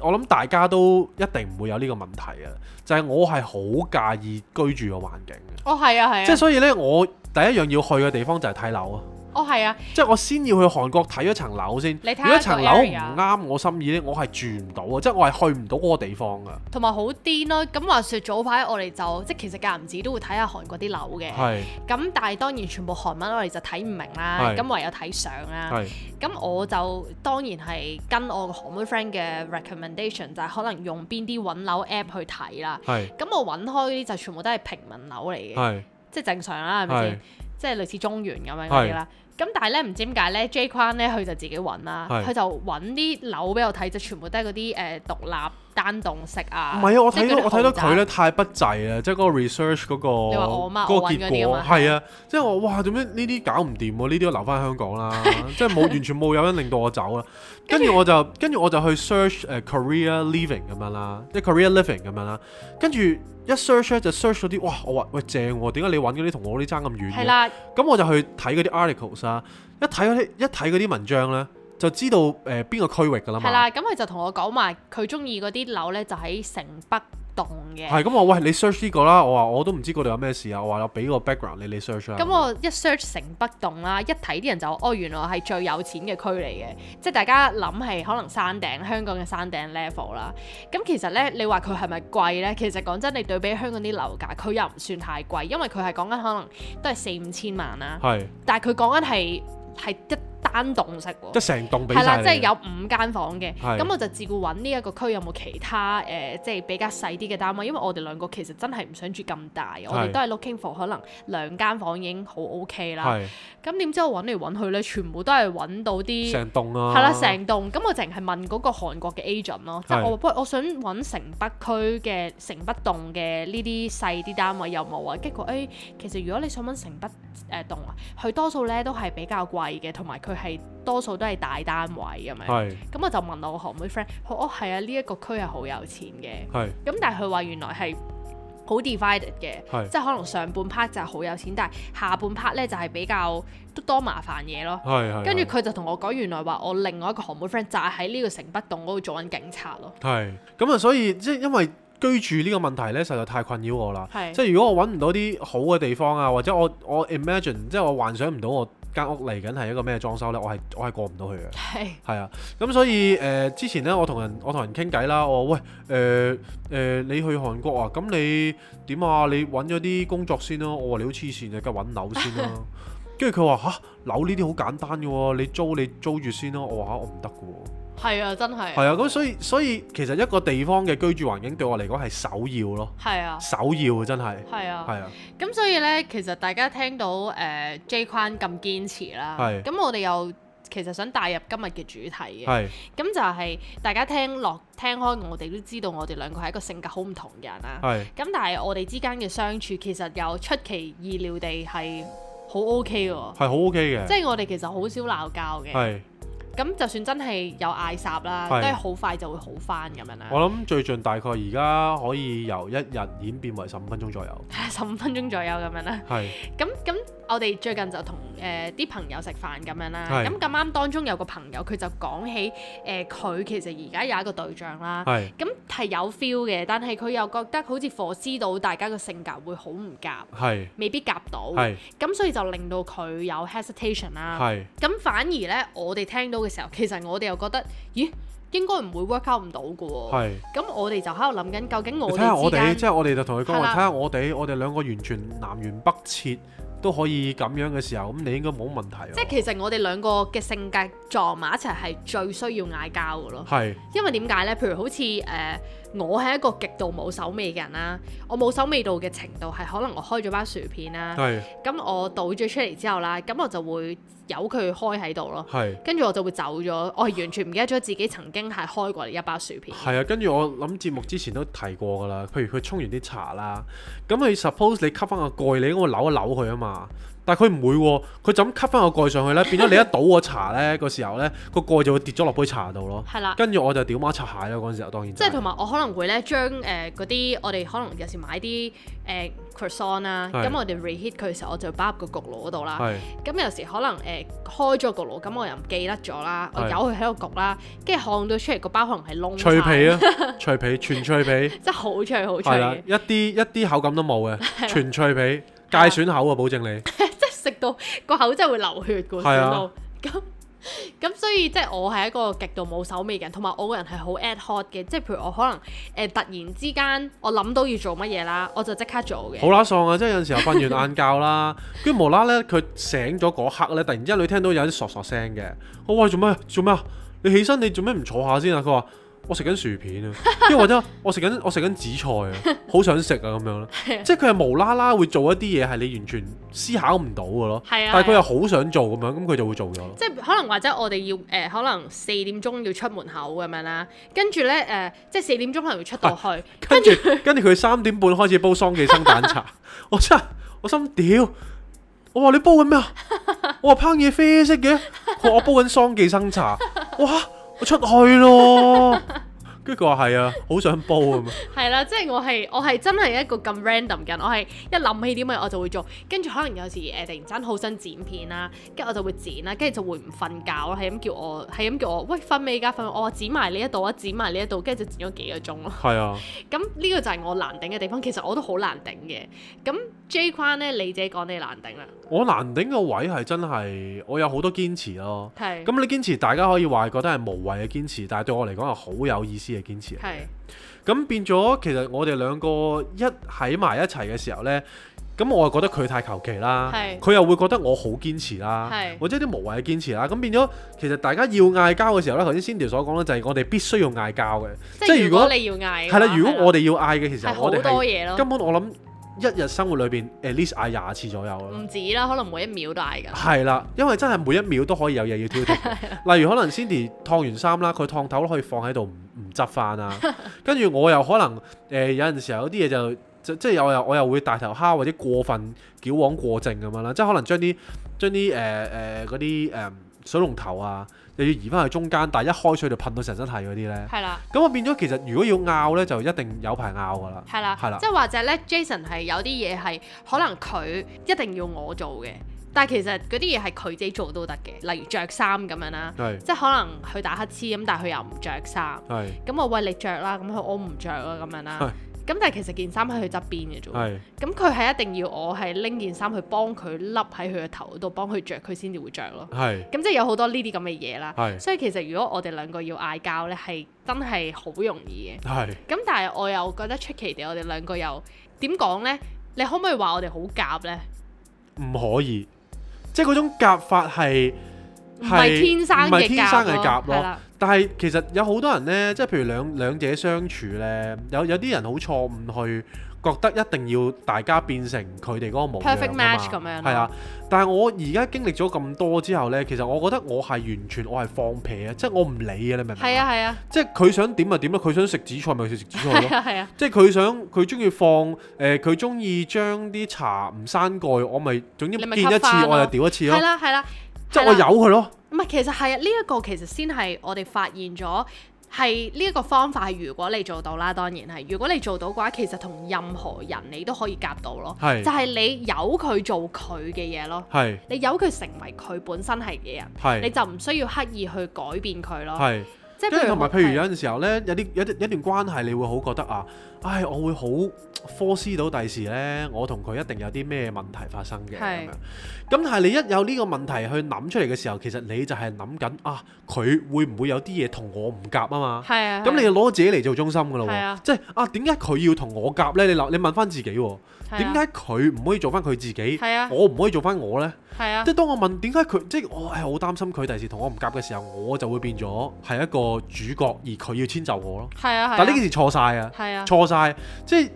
Speaker 1: 我諗大家都一定唔會有呢個問題啊，就係、我係好介意居住嘅環境嘅，
Speaker 2: 哦係啊係
Speaker 1: 即係
Speaker 2: 啊，
Speaker 1: 所以呢，我第一樣要去嘅地方就係睇樓啊，
Speaker 2: 哦係啊，
Speaker 1: 即係我先要去韓國睇咗層樓先。
Speaker 2: 你睇下
Speaker 1: 如果一層樓
Speaker 2: 個
Speaker 1: 唔
Speaker 2: area
Speaker 1: 啱我心意呢，我係住唔到啊！即係我係去唔到嗰個地方啊噶。
Speaker 2: 同埋好癲咯。咁話説早排我哋就即係其實間唔時都會睇下韓國啲樓嘅。
Speaker 1: 係
Speaker 2: 咁但係當然全部韓文我哋就睇唔明啦，
Speaker 1: 係
Speaker 2: 咁唯有睇相啦。
Speaker 1: 係
Speaker 2: 咁我就當然係跟我個韓妹 friend 嘅 recommendation，就係可能用邊啲揾樓 app 去睇啦。
Speaker 1: 係
Speaker 2: 咁我揾開啲就全部都係平民樓嚟嘅，
Speaker 1: 係
Speaker 2: 即係正常啦，係咪
Speaker 1: 係
Speaker 2: 先？即係類似中原咁樣嗰啲啦。咁但係咧，唔知點解咧，J 框咧佢就自己揾啦，
Speaker 1: 係
Speaker 2: 佢就揾啲樓俾我睇，就全部都係嗰啲誒獨立單棟式啊。
Speaker 1: 唔係啊！我
Speaker 2: 即係
Speaker 1: 睇到
Speaker 2: 嗰啲
Speaker 1: 我睇到
Speaker 2: 豪宅
Speaker 1: 佢咧太不濟啊啦，即係嗰個 research 嗰個
Speaker 2: 你話我嘛
Speaker 1: 嗰個
Speaker 2: 我搵嗰
Speaker 1: 結
Speaker 2: 啲啊
Speaker 1: 果
Speaker 2: 嘛
Speaker 1: 係啊！即係我哇，做咩呢啲搞唔掂喎？呢啲都留翻香港 啦，即係冇完全冇有人令到我走啦。跟住我就跟住我就去 search 誒 career living 咁樣啦，即係 career living 咁樣啦。跟住一 search 咧就 search 咗啲哇！我話喂正喎，點解你揾嗰啲同我嗰啲爭咁遠
Speaker 2: 係
Speaker 1: 嘅？
Speaker 2: 啦，
Speaker 1: 咁我就去睇嗰啲 articles 啦，一睇嗰啲一睇嗰啲文章咧，就知道誒呃邊個區域㗎啦啊
Speaker 2: 係
Speaker 1: 嘛。
Speaker 2: 啦，咁佢就同我講話，佢中意嗰啲樓咧就喺城北棟嘅。
Speaker 1: 係咁啊我喂你 search 呢個啦，我話我都唔知嗰度有咩事啊，我話我俾個 background 你你 search 啦。
Speaker 2: 咁我一 search 城北洞啦，一睇啲人就哦，原來係最有錢嘅區嚟嘅，即係大家諗係可能山頂香港嘅山頂 level 啦。咁其實咧，你話佢係咪貴咧？其實講真，你對比香港啲樓價，佢又唔算太貴，因為佢係講緊可能都係四五千萬啦。
Speaker 1: 係
Speaker 2: 但係佢講緊係係一單棟式
Speaker 1: 即
Speaker 2: 喎。
Speaker 1: 係成棟俾
Speaker 2: 係
Speaker 1: 晒
Speaker 2: 啦，
Speaker 1: 你。
Speaker 2: 即係有五間房嘅，
Speaker 1: 係
Speaker 2: 咁我就自顧揾呢一個區有冇其他誒、呃即係比較細啲嘅單位，因為我哋兩個其實真係唔想住咁大，我哋都係 looking for 可能兩間房已經好 OK 啦。
Speaker 1: 係
Speaker 2: 咁點知我揾嚟揾去呢，全部都係揾到啲
Speaker 1: 成棟啊。
Speaker 2: 嗯係啦，成棟。咁我淨係問嗰個韓國嘅 agent 咯，即係
Speaker 1: 係
Speaker 2: 我話喂，我想揾城北區嘅城北棟嘅呢啲細啲單位有冇啊？跟住佢話誒，其實如果你想揾城北誒、呃、棟啊，佢多數呢都係比較貴嘅，同埋佢係多數都係大單位咁樣。
Speaker 1: 係
Speaker 2: 咁我就問我個韓妹 friend，佢話哦係啊，呢、一個區係好有錢嘅。
Speaker 1: 係
Speaker 2: 咁但係佢話原來係好 divided 嘅，
Speaker 1: 係
Speaker 2: 即係可能上半 part 就係好有錢，但係下半 part 咧就係比較都多麻煩嘢咯。
Speaker 1: 係啊係。
Speaker 2: 跟住佢就同我講，原來話我另外一個韓妹 friend 就係喺呢個城北洞嗰度做緊警察咯。
Speaker 1: 係咁啊，所以即係因為居住呢個問題咧，實在太困擾我啦。
Speaker 2: 係
Speaker 1: 即係如果我揾唔到啲好嘅地方啊，或者我我 imagine 即係我幻想唔到我間屋嚟緊係一個咩裝修咧，我係我係過唔到去嘅。
Speaker 2: 係
Speaker 1: 係啊，咁所以誒、呃之前咧，我同人我同人傾偈啦，我話喂誒誒、呃你去韓國啊，咁你點啊？你揾咗啲工作先咯、我話你好黐線啊嘅，梗係揾樓先啦、跟住佢話吓樓呢啲好簡單嘅喎，你租你租住先咯、我話吓我唔得 嘅
Speaker 2: 係啊，真係
Speaker 1: 喎。係啊，咁所以所以其實一個地方嘅居住環境對我嚟講係首要咯，
Speaker 2: 係啊，
Speaker 1: 首要真係
Speaker 2: 係啊。
Speaker 1: 係啊，
Speaker 2: 咁所以咧，其實大家聽到誒、呃 J 框咁堅持啦，
Speaker 1: 係
Speaker 2: 咁我哋又其實想帶入今日嘅主題嘅。
Speaker 1: 係
Speaker 2: 咁就係大家聽落聽開，我哋都知道我哋兩個係一個性格好唔同嘅人啦。
Speaker 1: 係
Speaker 2: 咁但係我哋之間嘅相處其實有出其意料地係好 OK 嘅，
Speaker 1: 係好 OK 嘅，
Speaker 2: 即係我哋其實好少鬧交嘅。
Speaker 1: 係
Speaker 2: 咁就算真係有嗌霎啦，都
Speaker 1: 係
Speaker 2: 係好快就會好翻咁樣啦。
Speaker 1: 我諗最盡大概而家可以由一日演變為十五分鐘左右，
Speaker 2: 十五分鐘左右咁樣啦。
Speaker 1: 係。
Speaker 2: 咁咁，我哋最近就同誒啲朋友食飯咁樣啦。
Speaker 1: 係
Speaker 2: 咁咁啱當中有個朋友佢就講起誒，佢、其實而家有一個對象啦。
Speaker 1: 係
Speaker 2: 咁係有 feel 嘅，但係佢又覺得好似 f 知到大家嘅性格會好唔夾，
Speaker 1: 係
Speaker 2: 未必夾到，
Speaker 1: 係
Speaker 2: 咁所以就令到佢有 hesitation 啦。
Speaker 1: 係
Speaker 2: 咁反而呢，我哋聽到嘅時候，其實我哋又覺得，咦，應該唔會 work out 唔到嘅喎。
Speaker 1: 係。
Speaker 2: 咁我哋就喺度諗緊，究竟
Speaker 1: 你
Speaker 2: 我
Speaker 1: 睇下
Speaker 2: 哋
Speaker 1: 我
Speaker 2: 之
Speaker 1: 哋，
Speaker 2: 間
Speaker 1: 即係我哋就同佢講話，
Speaker 2: 係啦
Speaker 1: 睇下我哋，我哋兩個完全南轅北轍都可以咁樣嘅時候，咁你應該冇問題喎。
Speaker 2: 即係其實我哋兩個嘅性格撞埋一齊係最需要嗌交嘅咯。
Speaker 1: 係
Speaker 2: 因為點解呢？譬如好似誒、呃我係一個極度冇手尾嘅人啦，我冇手尾到嘅程度係可能我開咗包薯片啦。
Speaker 1: 係
Speaker 2: 咁我倒咗出嚟之後啦，咁我就會由佢開喺度咯，
Speaker 1: 係
Speaker 2: 跟住我就會走咗，我係完全唔記得咗自己曾經係開過嚟一包薯片，
Speaker 1: 係啊！跟住我諗節目之前都提過㗎啦，譬如佢沖完啲茶啦，咁佢 suppose 你吸翻個蓋，你應該會扭一扭佢啊嘛。但係佢唔會喎，佢就咁吸翻個蓋上去咧，變咗你一倒個茶咧個時候咧，個蓋就會跌咗落杯茶度 咯。
Speaker 2: 係啦。
Speaker 1: 跟住我就屌媽擦鞋啦，嗰陣時候當然
Speaker 2: 即
Speaker 1: 就
Speaker 2: 係
Speaker 1: 係
Speaker 2: 同埋我可能會咧將誒嗰啲我哋可能有時買啲誒、呃 croissant 啦，
Speaker 1: 係
Speaker 2: 咁我哋 reheat 佢嘅時候，我就擺入個焗爐嗰度啦。
Speaker 1: 係
Speaker 2: 咁有時可能誒、呃、開咗個焗爐，咁我又唔記得咗啦，我
Speaker 1: 係
Speaker 2: 由佢喺度焗啦，跟住看到出嚟個包可能係窿
Speaker 1: 脆皮
Speaker 2: 晒，
Speaker 1: 啊， 脆皮全脆皮。
Speaker 2: 即係好脆 好脆啊
Speaker 1: 係啦
Speaker 2: 嘅，，
Speaker 1: 一啲一啲口感都冇 嘅，全脆皮，戒損口啊，保證你。
Speaker 2: 即係食到個口真係會流血㗎，
Speaker 1: 係啊
Speaker 2: 笑到咁咁，所以即係我係一個極度冇手尾嘅人，同埋我個人係好 ad hoc 嘅，即係譬如我可能誒、呃突然之間我諗到要做乜嘢啦，我就即刻做嘅
Speaker 1: 好，啦喪啊！即係有陣時候瞓完晏覺 啦，跟住無啦啦佢醒咗嗰刻咧，突然之間你聽到有啲索索聲嘅，我喂做咩做咩啊？你起身你做咩唔坐下先啊？佢話我食緊薯片啊，因為或者我食緊我食緊紫菜 啊，好想食啊咁樣咯。即係佢係無啦啦會做一啲嘢係你完全思考唔到嘅咯，
Speaker 2: 係啊
Speaker 1: 但係佢又好想做咁樣，咁佢就會做咗咯。
Speaker 2: 即係可能或者我哋要誒、呃可能四點鐘要出門口咁樣啦，跟住咧誒，即係四點鐘可能要出到
Speaker 1: 啊
Speaker 2: 去，
Speaker 1: 跟住跟住佢三點半開始煲桑寄生蛋 茶，我真係我心屌！我話你煲緊咩啊？我話烹嘢啡色嘅，佢話我煲緊桑寄生茶，哇！我出去咯，跟住佢話係啊，好想煲咁啊！
Speaker 2: 係啦，即係我係我係真係一個咁 random 嘅人，我係一諗起啲乜我就會做，跟住可能有時誒、呃突然間好想剪片啦，跟住我就會剪啦，跟住就會唔瞓覺咯，係咁叫我係咁叫我喂瞓未㗎瞓未，我話剪埋呢一度啊，剪埋呢一度，跟住就剪咗幾個鐘咯。
Speaker 1: 係啊，
Speaker 2: 咁呢個就係我難頂嘅地方，其實我都好難頂嘅。咁 J 框咧，你自己講你難頂啦，
Speaker 1: 我難頂嘅位係真係我有好多堅持咯。
Speaker 2: 係
Speaker 1: 咁你堅持，大家可以話覺得係無謂嘅堅持，但係對我嚟講係好有意思嘅堅持嚟嘅。啊
Speaker 2: 係
Speaker 1: 咁變咗，其實我哋兩個一喺埋一齊嘅時候呢，咁我又覺得佢太求其啦，
Speaker 2: 係
Speaker 1: 佢又會覺得我好堅持啦
Speaker 2: 係，
Speaker 1: 或者啲無謂嘅堅持啦。咁變咗，其實大家要嗌交嘅時候呢，頭先 Cindy 所講呢，就係我哋必須要嗌交嘅。
Speaker 2: 即
Speaker 1: 即係
Speaker 2: 係
Speaker 1: 如
Speaker 2: 如
Speaker 1: 果
Speaker 2: 果你要嗌嘅話，
Speaker 1: 係啦，如果我哋要嗌嘅，其
Speaker 2: 係
Speaker 1: 實
Speaker 2: 好
Speaker 1: 我哋
Speaker 2: 多
Speaker 1: 係
Speaker 2: 嘢咯，
Speaker 1: 根本我諗一日生活裏邊 at least 嗌廿次左右咯。
Speaker 2: 唔止啦，可能每一秒都嗌㗎啦，
Speaker 1: 係啦，因為真係每一秒都可以有嘢要挑剔嘅。例如可能 Cindy 燙完衫啦，佢燙頭都可以放喺度唔唔執翻啊。跟住我又可能誒、呃有陣時候有啲嘢就就即係我又我又會大頭蝦或者過分矯枉過正咁樣啦，即係可能將啲將啲誒誒嗰啲誒水龍頭啊，又要移翻去中間，但係一開水就噴到成身係嗰啲咧。
Speaker 2: 係啦。
Speaker 1: 咁我變咗其實如果要拗咧，就一定有排拗噶啦。
Speaker 2: 係啦，
Speaker 1: 係啦
Speaker 2: 即係或者咧，Jason 係有啲嘢係可能佢一定要我做嘅，但係其實嗰啲嘢係佢自己做都得嘅，例如着衫咁樣啦，
Speaker 1: 係
Speaker 2: 即係可能佢打乞嗤咁，但係佢又唔着衫，
Speaker 1: 係
Speaker 2: 咁我喂你着啦，咁佢我唔着啊咁樣啦，咁但係其實件衫喺佢側邊嘅啫，
Speaker 1: 係
Speaker 2: 咁佢係一定要我係拎件衫去幫佢笠喺佢嘅頭度，幫佢着，佢先至會着咯。
Speaker 1: 係
Speaker 2: 咁即係有好多呢啲咁嘅嘢啦，
Speaker 1: 係
Speaker 2: 所以其實如果我哋兩個要嗌交呢，係真係好容易嘅。
Speaker 1: 係
Speaker 2: 咁但係我又覺得出奇地，我哋兩個又點講呢？你可唔可以話我哋好夾呢？
Speaker 1: 唔可以，即係嗰種夾法係。
Speaker 2: 唔係天生
Speaker 1: 唔係
Speaker 2: 嘅
Speaker 1: 天生
Speaker 2: 夾
Speaker 1: 嘅夾
Speaker 2: 係
Speaker 1: 咯
Speaker 2: 啦，。
Speaker 1: 但係其實有好多人呢，即係譬如兩兩者相處呢，有有啲人好錯誤去覺得一定要大家變成佢哋嗰個模樣
Speaker 2: Perfect
Speaker 1: 啊嘛
Speaker 2: match 咁樣咯
Speaker 1: 係啊，但係我而家經歷咗咁多之後呢，其實我覺得我係完全我係放屁啊，即係我唔理啊，你明唔明？
Speaker 2: 係啊係啊
Speaker 1: 即係佢想點就點咯，佢想食紫菜咪去食紫菜
Speaker 2: 係
Speaker 1: 咯。
Speaker 2: 啊係啊，
Speaker 1: 即係佢想佢中意放誒，佢中意將啲茶唔閂蓋，我咪總之
Speaker 2: 你
Speaker 1: 見
Speaker 2: 咪
Speaker 1: 一
Speaker 2: cut
Speaker 1: 次
Speaker 2: 返
Speaker 1: 我
Speaker 2: 咯
Speaker 1: 就屌一次
Speaker 2: 係
Speaker 1: 咯，
Speaker 2: 啦係啦，
Speaker 1: 即係
Speaker 2: 係
Speaker 1: 我
Speaker 2: 啦
Speaker 1: 由佢咯。
Speaker 2: 唔係其實係啊，呢一個其實先係我哋發現咗。係呢一個方法，如果你做到啦，當然係。如果你做到嘅話，其實同任何人你都可以夾到咯。
Speaker 1: 係
Speaker 2: 就係你由佢做佢嘅嘢咯，
Speaker 1: 係
Speaker 2: 你由佢成為佢本身係嘅人，你
Speaker 1: 係
Speaker 2: 就唔需要刻意去改變佢咯。
Speaker 1: 係。
Speaker 2: 即係
Speaker 1: 跟住同埋，譬
Speaker 2: 係
Speaker 1: 如有陣時候咧，有啲有啲有一段關係，你會好覺得啊，唉，我會好呃科思到第時咧，我同佢一定有啲咩問題發生嘅咁
Speaker 2: 係
Speaker 1: 樣。咁但係你一有呢個問題去諗出嚟嘅時候，其實你就係諗緊啊，佢會唔會有啲嘢同我唔夾啊嘛？
Speaker 2: 係啊，
Speaker 1: 咁你就攞自己嚟做中心噶咯
Speaker 2: 係
Speaker 1: 喎
Speaker 2: 啊，
Speaker 1: 即係啊點解佢要同我夾咧？你諗你問翻自己喎，點解佢唔可以做翻佢自己？
Speaker 2: 啊係啊
Speaker 1: 我唔可以做翻我咧？
Speaker 2: 係啊
Speaker 1: 即係當我問點解佢，即係哦我係好擔心佢第時同我唔夾嘅時候，我就會變咗係一個主角，而佢要遷就我咯。
Speaker 2: 係啊係啊，
Speaker 1: 但呢件事錯晒啊，
Speaker 2: 係啊
Speaker 1: 錯晒！即係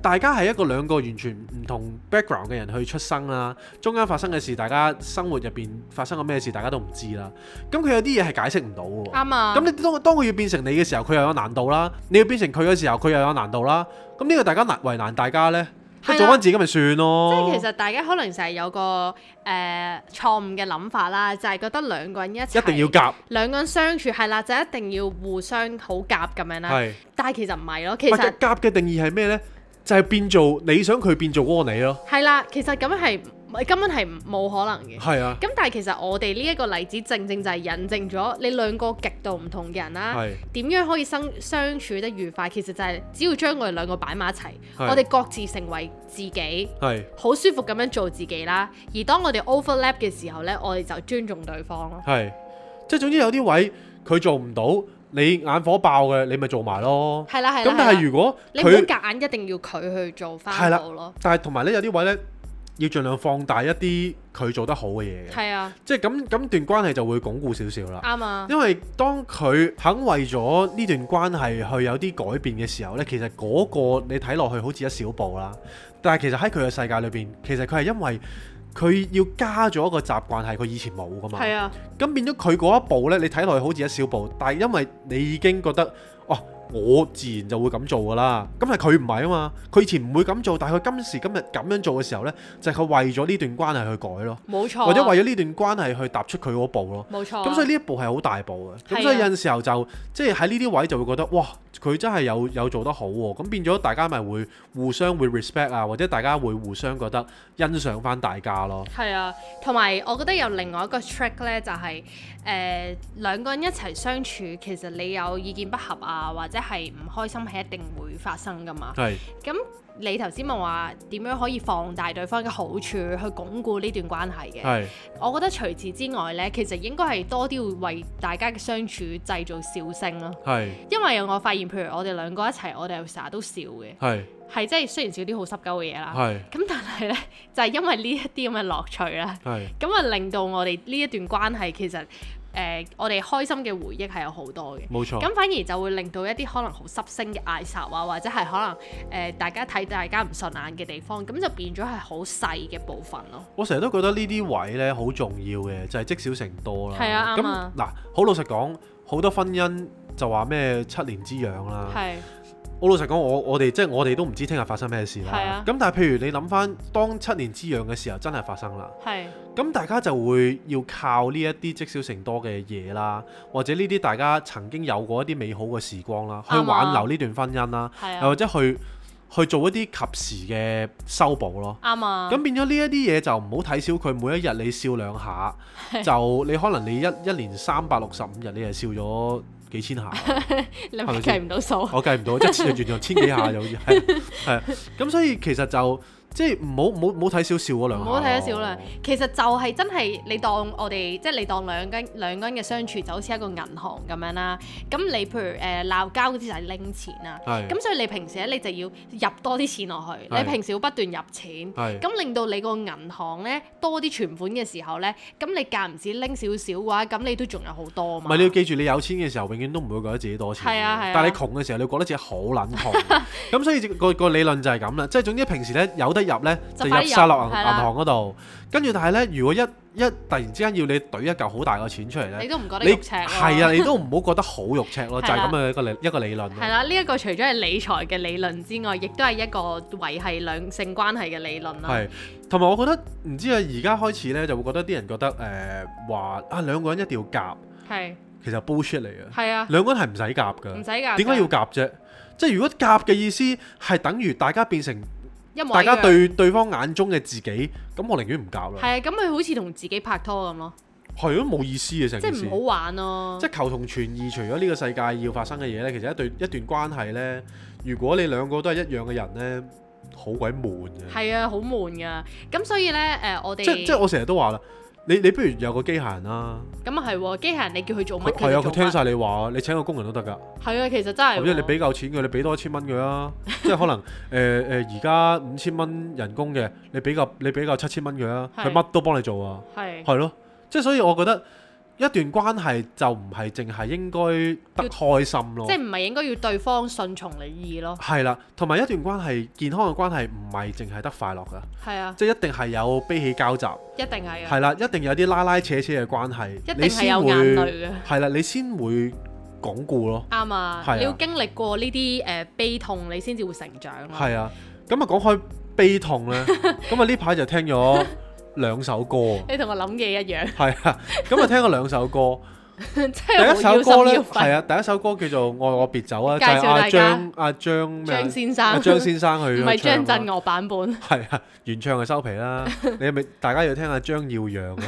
Speaker 1: 大家係一個兩個完全唔同 background 嘅人去出生啦，中間發生嘅事，大家生活入邊發生咗咩事，大家都唔知啦。咁佢有啲嘢係解釋唔到嘅喎。
Speaker 2: 啱啊，
Speaker 1: 咁你當當佢要變成你嘅時候，佢又有難度啦；你要變成佢嘅時候，佢又有難度啦。咁呢個大家難為難大家呢，即係
Speaker 2: 係
Speaker 1: 做
Speaker 2: 啦
Speaker 1: 翻自己咪算咯。
Speaker 2: 即係其實大家可能成日有個誒錯誤嘅諗法啦，就係覺得兩個人一齊
Speaker 1: 一定要夾，
Speaker 2: 兩個人相處係啦，就一定要互相好夾咁樣啦。
Speaker 1: 係。
Speaker 2: 但係其實唔係咯，其
Speaker 1: 其實
Speaker 2: 實
Speaker 1: 夾嘅定義係咩呢？就係、變做你想佢變做嗰個你咯。
Speaker 2: 係啦，其實咁樣係唔根本係冇可能嘅。
Speaker 1: 係啊，
Speaker 2: 咁但係其實我哋呢一個例子，正正就係印證咗你兩個極度唔同嘅人啦。
Speaker 1: 係
Speaker 2: 點樣可以生相處得愉快？其實就係只要將我哋兩個擺埋一齊，
Speaker 1: 係
Speaker 2: 我哋各自成為自己，
Speaker 1: 係
Speaker 2: 好舒服咁樣做自己啦。而當我哋 overlap 嘅時候呢，我哋就尊重對方咯。
Speaker 1: 係，即係總之有啲位佢做唔到，你眼火爆嘅，你咪做埋咯。
Speaker 2: 係啦，係啦。
Speaker 1: 咁但
Speaker 2: 係啦
Speaker 1: 係如果
Speaker 2: 你唔好
Speaker 1: 佢
Speaker 2: 夾硬一定要佢去做
Speaker 1: 係
Speaker 2: 翻
Speaker 1: 啦
Speaker 2: 到咯，
Speaker 1: 但係同埋呢，有啲位呢，要盡量放大一啲佢做得好嘅嘢嘅，
Speaker 2: 係啊，
Speaker 1: 即係咁咁段關係就會鞏固少少啦。
Speaker 2: 啱啊，
Speaker 1: 因為當佢肯為咗呢段關係去有啲改變嘅時候呢，其實嗰個你睇落去好似一小步啦，但係其實喺佢嘅世界裏邊，其實佢係因為佢要加咗一個習慣係佢以前冇噶嘛，
Speaker 2: 係啊，
Speaker 1: 咁變咗佢嗰一步呢，你睇落去好似一小步，但係因為你已經覺得哦。我自然就會咁做噶啦，咁係佢唔係啊嘛，佢以前唔會咁做，但係佢今時今日咁樣做嘅時候呢，就係、佢為咗呢段關係去改咯，
Speaker 2: 冇錯啊，
Speaker 1: 或者為咗呢段關係去踏出佢嗰步咯。
Speaker 2: 冇錯啊，
Speaker 1: 咁所以呢一步係好大步嘅，
Speaker 2: 係啊
Speaker 1: 咁所以有陣時候就即係喺呢啲位就會覺得，哇！佢真係有有做得好喎，咁變咗大家咪會互相會 respect 啊，或者大家會互相覺得欣賞翻大家咯。
Speaker 2: 係啊，同埋我覺得有另外一個 trick 咧，就係、誒兩個人一齊相處，其實你有意見不合啊，或者係唔開心係一定會發生噶嘛。
Speaker 1: 係
Speaker 2: 咁你頭先咪話點樣可以放大對方嘅好處，去鞏固呢段關係嘅？
Speaker 1: 係
Speaker 2: 我覺得除此之外呢，其實應該係多啲會為大家嘅相處製造笑聲咯。
Speaker 1: 係
Speaker 2: 因為我發現，譬如我哋兩個一齊，我哋又成日都笑嘅，
Speaker 1: 係
Speaker 2: 係即係雖然笑啲好濕鳩嘅嘢啦，
Speaker 1: 係
Speaker 2: 咁但係呢， 就係、因為呢一啲咁嘅樂趣啦。
Speaker 1: 係
Speaker 2: 咁啊，令到我哋呢一段關係其實誒、呃我哋開心嘅回憶係有好多嘅。
Speaker 1: 冇錯，
Speaker 2: 咁反而就會令到一啲可能好濕聲嘅嗌霎啊，或者係可能誒、呃大家睇大家唔順眼嘅地方，咁就變咗係好細嘅部分咯。
Speaker 1: 我成日都覺得呢啲位呢好重要嘅，就係積少成多啦。
Speaker 2: 係啊啱啊
Speaker 1: 咁嗱，好老實講，好多婚姻就話咩七年之癢啦。
Speaker 2: 係
Speaker 1: 我老實講，我我哋即係我哋都唔知聽日發生咩事
Speaker 2: 係
Speaker 1: 啦
Speaker 2: 啊。
Speaker 1: 咁、但係譬如你諗翻當七年之癢嘅時候，真係發生啦。
Speaker 2: 係
Speaker 1: 咁大家就會要靠呢一啲積少成多嘅嘢啦，或者呢啲大家曾經有過一啲美好嘅時光啦，去
Speaker 2: 啱啊
Speaker 1: 挽留呢段婚姻啦，
Speaker 2: 係
Speaker 1: 又
Speaker 2: 啊，
Speaker 1: 或者去去做一啲及時嘅修補咯。
Speaker 2: 啱啊，
Speaker 1: 咁變咗呢一啲嘢就唔好睇小佢，每一日你笑兩下，就你可能你一一年三百六十五日你係笑咗幾千下。
Speaker 2: 你
Speaker 1: 係咪
Speaker 2: 咪
Speaker 1: 先
Speaker 2: 計唔到數。
Speaker 1: 我計唔到，一次就完咗千幾下 又係係咁，所以其實就即係唔好唔好唔好睇少笑嗰兩
Speaker 2: 唔
Speaker 1: 下，
Speaker 2: 好睇得少量，其實就係真係你當我哋即係你當兩間兩個人嘅相處就好似一個銀行咁樣啦。咁你譬如誒鬧交嗰啲就係拎錢啦。
Speaker 1: 係
Speaker 2: 咁所以你平時咧你就要入多啲錢落去，
Speaker 1: 係
Speaker 2: 你平時要不斷入錢。
Speaker 1: 係
Speaker 2: 咁令到你個銀行咧多啲存款嘅時候咧，咁你間唔時拎少少嘅話，咁你都仲有好多
Speaker 1: 唔
Speaker 2: 嘛。
Speaker 1: 係你要記住，你有錢嘅時候，永遠都唔會覺得自己多錢。
Speaker 2: 係啊係啊
Speaker 1: 但係你窮嘅時候，你會覺得自己好撚 窮。咁所以個個理論就係咁啦。即係總之平時咧有得入咧，就
Speaker 2: 就
Speaker 1: 入
Speaker 2: 快啲
Speaker 1: 晒落銀
Speaker 2: 入
Speaker 1: 銀
Speaker 2: 係啦
Speaker 1: 行嗰度。跟住但係咧，如果一一突然之間要你懟一嚿好大嘅錢出嚟
Speaker 2: 你
Speaker 1: 咧，
Speaker 2: 都唔覺得
Speaker 1: 你
Speaker 2: 肉赤咯
Speaker 1: 係啊，你都唔好覺得好肉赤咯，就係
Speaker 2: 係啦
Speaker 1: 咁嘅一個理一個理論咯。
Speaker 2: 係啦，呢、一個除咗係理財嘅理論之外，亦都係一個維係兩性關係嘅理論啦。
Speaker 1: 係，同埋我覺得唔知啊，而家開始咧就會覺得啲人覺得誒話、啊兩個人一定要夾，
Speaker 2: 係
Speaker 1: 其實 bullshit 嚟嘅。
Speaker 2: 係啊，
Speaker 1: 兩個人係唔使夾㗎
Speaker 2: 唔，使㗎。
Speaker 1: 嗯
Speaker 2: 啊
Speaker 1: 點解要夾啫？即係如果夾嘅意思係等於大家變成
Speaker 2: 一模
Speaker 1: 大
Speaker 2: 一樣
Speaker 1: 家對對方眼中嘅自己，咁我寧願唔夾啦。
Speaker 2: 係啊，咁佢好似同自己拍拖咁咯，
Speaker 1: 係咯，冇意思嘅成
Speaker 2: 即
Speaker 1: 件
Speaker 2: 係
Speaker 1: 事
Speaker 2: 唔好。啊玩咯
Speaker 1: 即。係求同存異，除咗呢個世界要發生嘅嘢呢，其實一對一段關係呢，如果你兩個都係一樣嘅人呢，好鬼悶嘅。
Speaker 2: 係啊，好悶㗎。咁所以咧，誒、我哋
Speaker 1: 即即係我成日都話啦，你你不如有個機械人啦、
Speaker 2: 咁啊係喎，機械人你叫佢做乜
Speaker 1: 佢係啊，
Speaker 2: 佢
Speaker 1: 佢
Speaker 2: 就做
Speaker 1: 聽
Speaker 2: 乜。
Speaker 1: 晒你話，你請個工人都得㗎。
Speaker 2: 係啊，其實真係喎。
Speaker 1: 或者你俾夠錢佢，你俾多一千蚊佢 啊。即係可能誒誒，而家五千蚊人工嘅，你俾夠你俾夠七千蚊佢啊，
Speaker 2: 係
Speaker 1: 佢乜都幫你做啊，
Speaker 2: 係
Speaker 1: 係咯。即係所以我覺得一段關係就唔係淨係應該得開心咯
Speaker 2: 即，係唔係應該要對方順從你意咯？
Speaker 1: 係啦，同埋一段關係健康嘅關係唔係淨係得快樂㗎，
Speaker 2: 係啊，
Speaker 1: 即係一定係有悲喜交集，
Speaker 2: 一定係啊，
Speaker 1: 係啦，一定有啲拉拉扯扯嘅關係，
Speaker 2: 一
Speaker 1: 你
Speaker 2: 定係
Speaker 1: 先
Speaker 2: 有
Speaker 1: 會
Speaker 2: 眼淚嘅。
Speaker 1: 係啦，你先會鞏固咯。
Speaker 2: 啱啊
Speaker 1: 係啊，
Speaker 2: 你要經歷過呢啲誒悲痛，你先至會成長咯。
Speaker 1: 係啊，咁啊講開悲痛 咧，咁啊呢排就聽咗兩首歌，
Speaker 2: 你同我諗嘅一樣，
Speaker 1: 係啊，咁啊聽咗兩首歌，
Speaker 2: 真
Speaker 1: 第
Speaker 2: 係
Speaker 1: 一首歌
Speaker 2: 好要心
Speaker 1: 咧
Speaker 2: 要
Speaker 1: 係
Speaker 2: 肺。
Speaker 1: 啊，第一首歌叫做《愛我別走》啊，就
Speaker 2: 介
Speaker 1: 係
Speaker 2: 紹
Speaker 1: 阿
Speaker 2: 大家
Speaker 1: 張阿張咩啊
Speaker 2: 張先
Speaker 1: 阿
Speaker 2: 生，
Speaker 1: 張先生啊去
Speaker 2: 唔係
Speaker 1: 震
Speaker 2: 張震岳版本， 你
Speaker 1: 係啊，原唱係收皮 啦，你係咪大家要聽下張耀揚啊，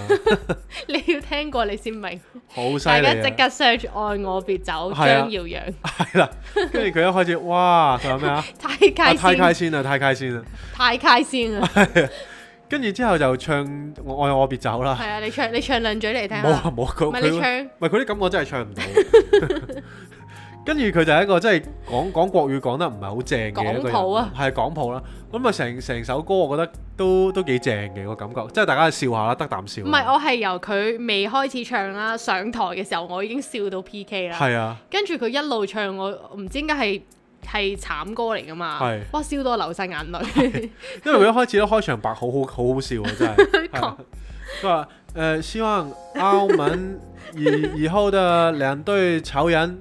Speaker 2: 要聽過你先明。
Speaker 1: 好犀
Speaker 2: 大家即
Speaker 1: 利啊
Speaker 2: 刻 search 愛我別走，
Speaker 1: 係啊
Speaker 2: 張耀揚，
Speaker 1: 啊，係啦，跟住佢一開始哇，佢話咩啊？
Speaker 2: 太
Speaker 1: 啊
Speaker 2: 開
Speaker 1: 太
Speaker 2: 先
Speaker 1: 開，先啦，太開先啦，
Speaker 2: 太開 先啊！
Speaker 1: 跟住之後就唱《我愛我別走》啦，
Speaker 2: 係啊，你唱你唱兩嘴嚟聽
Speaker 1: 冇啊
Speaker 2: 下，
Speaker 1: 冇啊佢
Speaker 2: 唔
Speaker 1: 佢
Speaker 2: 係你唱
Speaker 1: 唔係佢啲感覺真係唱唔到。跟住佢就係一個即係講講國語講得唔係好正嘅一個
Speaker 2: 港普啊
Speaker 1: 人，係港普啦。咁啊，成成首歌我覺得都都幾正嘅個感覺，即係大家笑下啦，得啖笑。
Speaker 2: 唔係，我係由佢未開始唱啦，上台嘅時候我已經笑到 PK 啦。
Speaker 1: 係啊，
Speaker 2: 跟住佢一路唱，我唔知點解係係慘歌嚟噶嘛
Speaker 1: 係，
Speaker 2: 哇笑到我流晒眼淚。
Speaker 1: 因為佢一開始咧開場白好好好好笑啊，真係。係啊佢話誒，希望澳門以以後的兩對潮人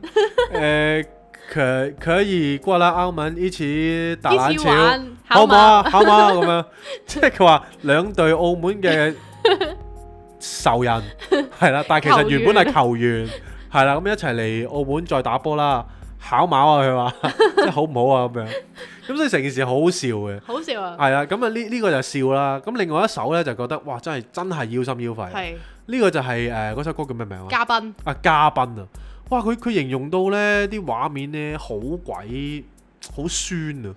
Speaker 1: 誒、呃可可以過來澳門一起打
Speaker 2: 一
Speaker 1: 籃
Speaker 2: 起
Speaker 1: 球。
Speaker 2: 玩，
Speaker 1: 好啊
Speaker 2: 好
Speaker 1: 嘛
Speaker 2: 嘛？
Speaker 1: 好嘛咁 樣，即係佢話兩隊澳門嘅仇 人係啦，但係其實原本係球員係啦，咁一齊嚟澳門再打波啦，考馬啊佢 話，即係好唔好啊咁樣，咁所以成件事好好笑嘅，
Speaker 2: 好笑啊！
Speaker 1: 係啦，咁啊呢呢個就笑啦，咁另外一首咧就覺得哇真係真係腰心腰肺，啊
Speaker 2: 係
Speaker 1: 呢個就係誒嗰首歌叫咩名啊？
Speaker 2: 嘉賓，
Speaker 1: 啊嘉賓啊，哇佢佢形容到咧啲畫面咧好鬼好酸啊，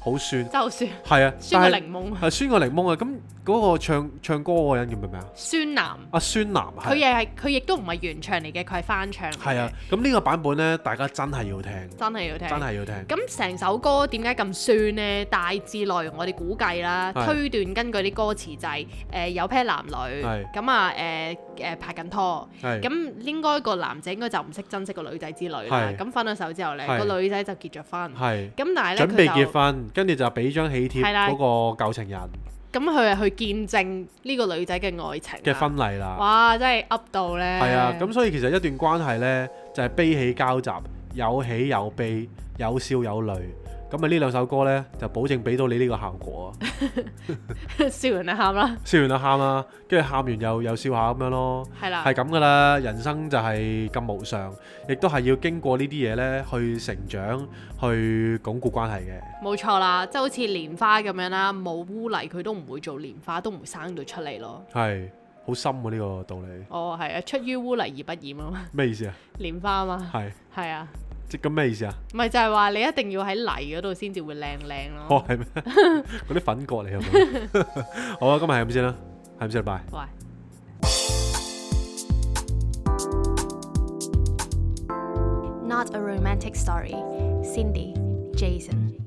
Speaker 1: 好酸。
Speaker 2: 真係好笑，
Speaker 1: 係啊，
Speaker 2: 酸
Speaker 1: 但
Speaker 2: 個
Speaker 1: 係
Speaker 2: 檸檬，
Speaker 1: 係酸過檸檬啊！咁嗰個唱唱歌嗰個人叫咩名啊？
Speaker 2: 酸男，
Speaker 1: 阿孫楠
Speaker 2: 佢亦
Speaker 1: 係
Speaker 2: 係佢亦都唔係原唱嚟嘅，佢係翻唱嚟嘅。
Speaker 1: 係啊！咁呢個版本呢，大家真係要聽，
Speaker 2: 真係要聽。
Speaker 1: 真係要聽。
Speaker 2: 咁成首歌點解咁酸呢？大致內容我哋估計啦，
Speaker 1: 係
Speaker 2: 推斷根據啲歌詞就係、呃有 pair 男女，
Speaker 1: 係
Speaker 2: 咁啊誒誒拍緊拖，
Speaker 1: 係
Speaker 2: 咁應該個男仔應該就唔識珍惜個女仔之類啦。
Speaker 1: 係
Speaker 2: 咁分咗手之後呢，
Speaker 1: 係
Speaker 2: 個女仔就結咗婚，
Speaker 1: 係
Speaker 2: 咁但係呢，
Speaker 1: 準備
Speaker 2: 佢
Speaker 1: 結婚，跟住就俾張喜帖
Speaker 2: 係啦
Speaker 1: 嗰個舊情人
Speaker 2: 就咁佢係去見證呢個女仔嘅愛情
Speaker 1: 嘅
Speaker 2: 啦。
Speaker 1: 婚禮啦。
Speaker 2: 哇！真係噏到呢。
Speaker 1: 係啊，咁所以其實一段關係呢，就係悲喜交集，有喜有悲，有笑有淚。咁啊呢兩首歌呢，就保證俾到你呢個效果啊！
Speaker 2: 笑完就喊啦，
Speaker 1: 笑完就喊啦，跟住喊完又又笑下咁樣咯。
Speaker 2: 係啦
Speaker 1: 係，咁噶啦，人生就係咁無常，亦都係要經過呢啲嘢呢去成長，去鞏固關係嘅。
Speaker 2: 冇錯啦，即係好似蓮花咁樣啦，冇污泥佢都唔會做蓮花，都唔會生到出嚟咯。
Speaker 1: 係好深喎呢個道理，
Speaker 2: 哦，係啊，出於污泥而不染啊嘛，
Speaker 1: 咩意思啊？
Speaker 2: 蓮花啊嘛，
Speaker 1: 係
Speaker 2: 係啊，
Speaker 1: 即咁咩意思啊？
Speaker 2: 咪就係話你一定要喺泥嗰度先至會靚靚
Speaker 1: 哦
Speaker 2: 咯。
Speaker 1: 係咩？嗰啲粉葛嚟係咪？好啊，今日係咁先啦，係咁先啦，拜。
Speaker 2: 喂。
Speaker 3: Not a romantic story. Cindy, Jason.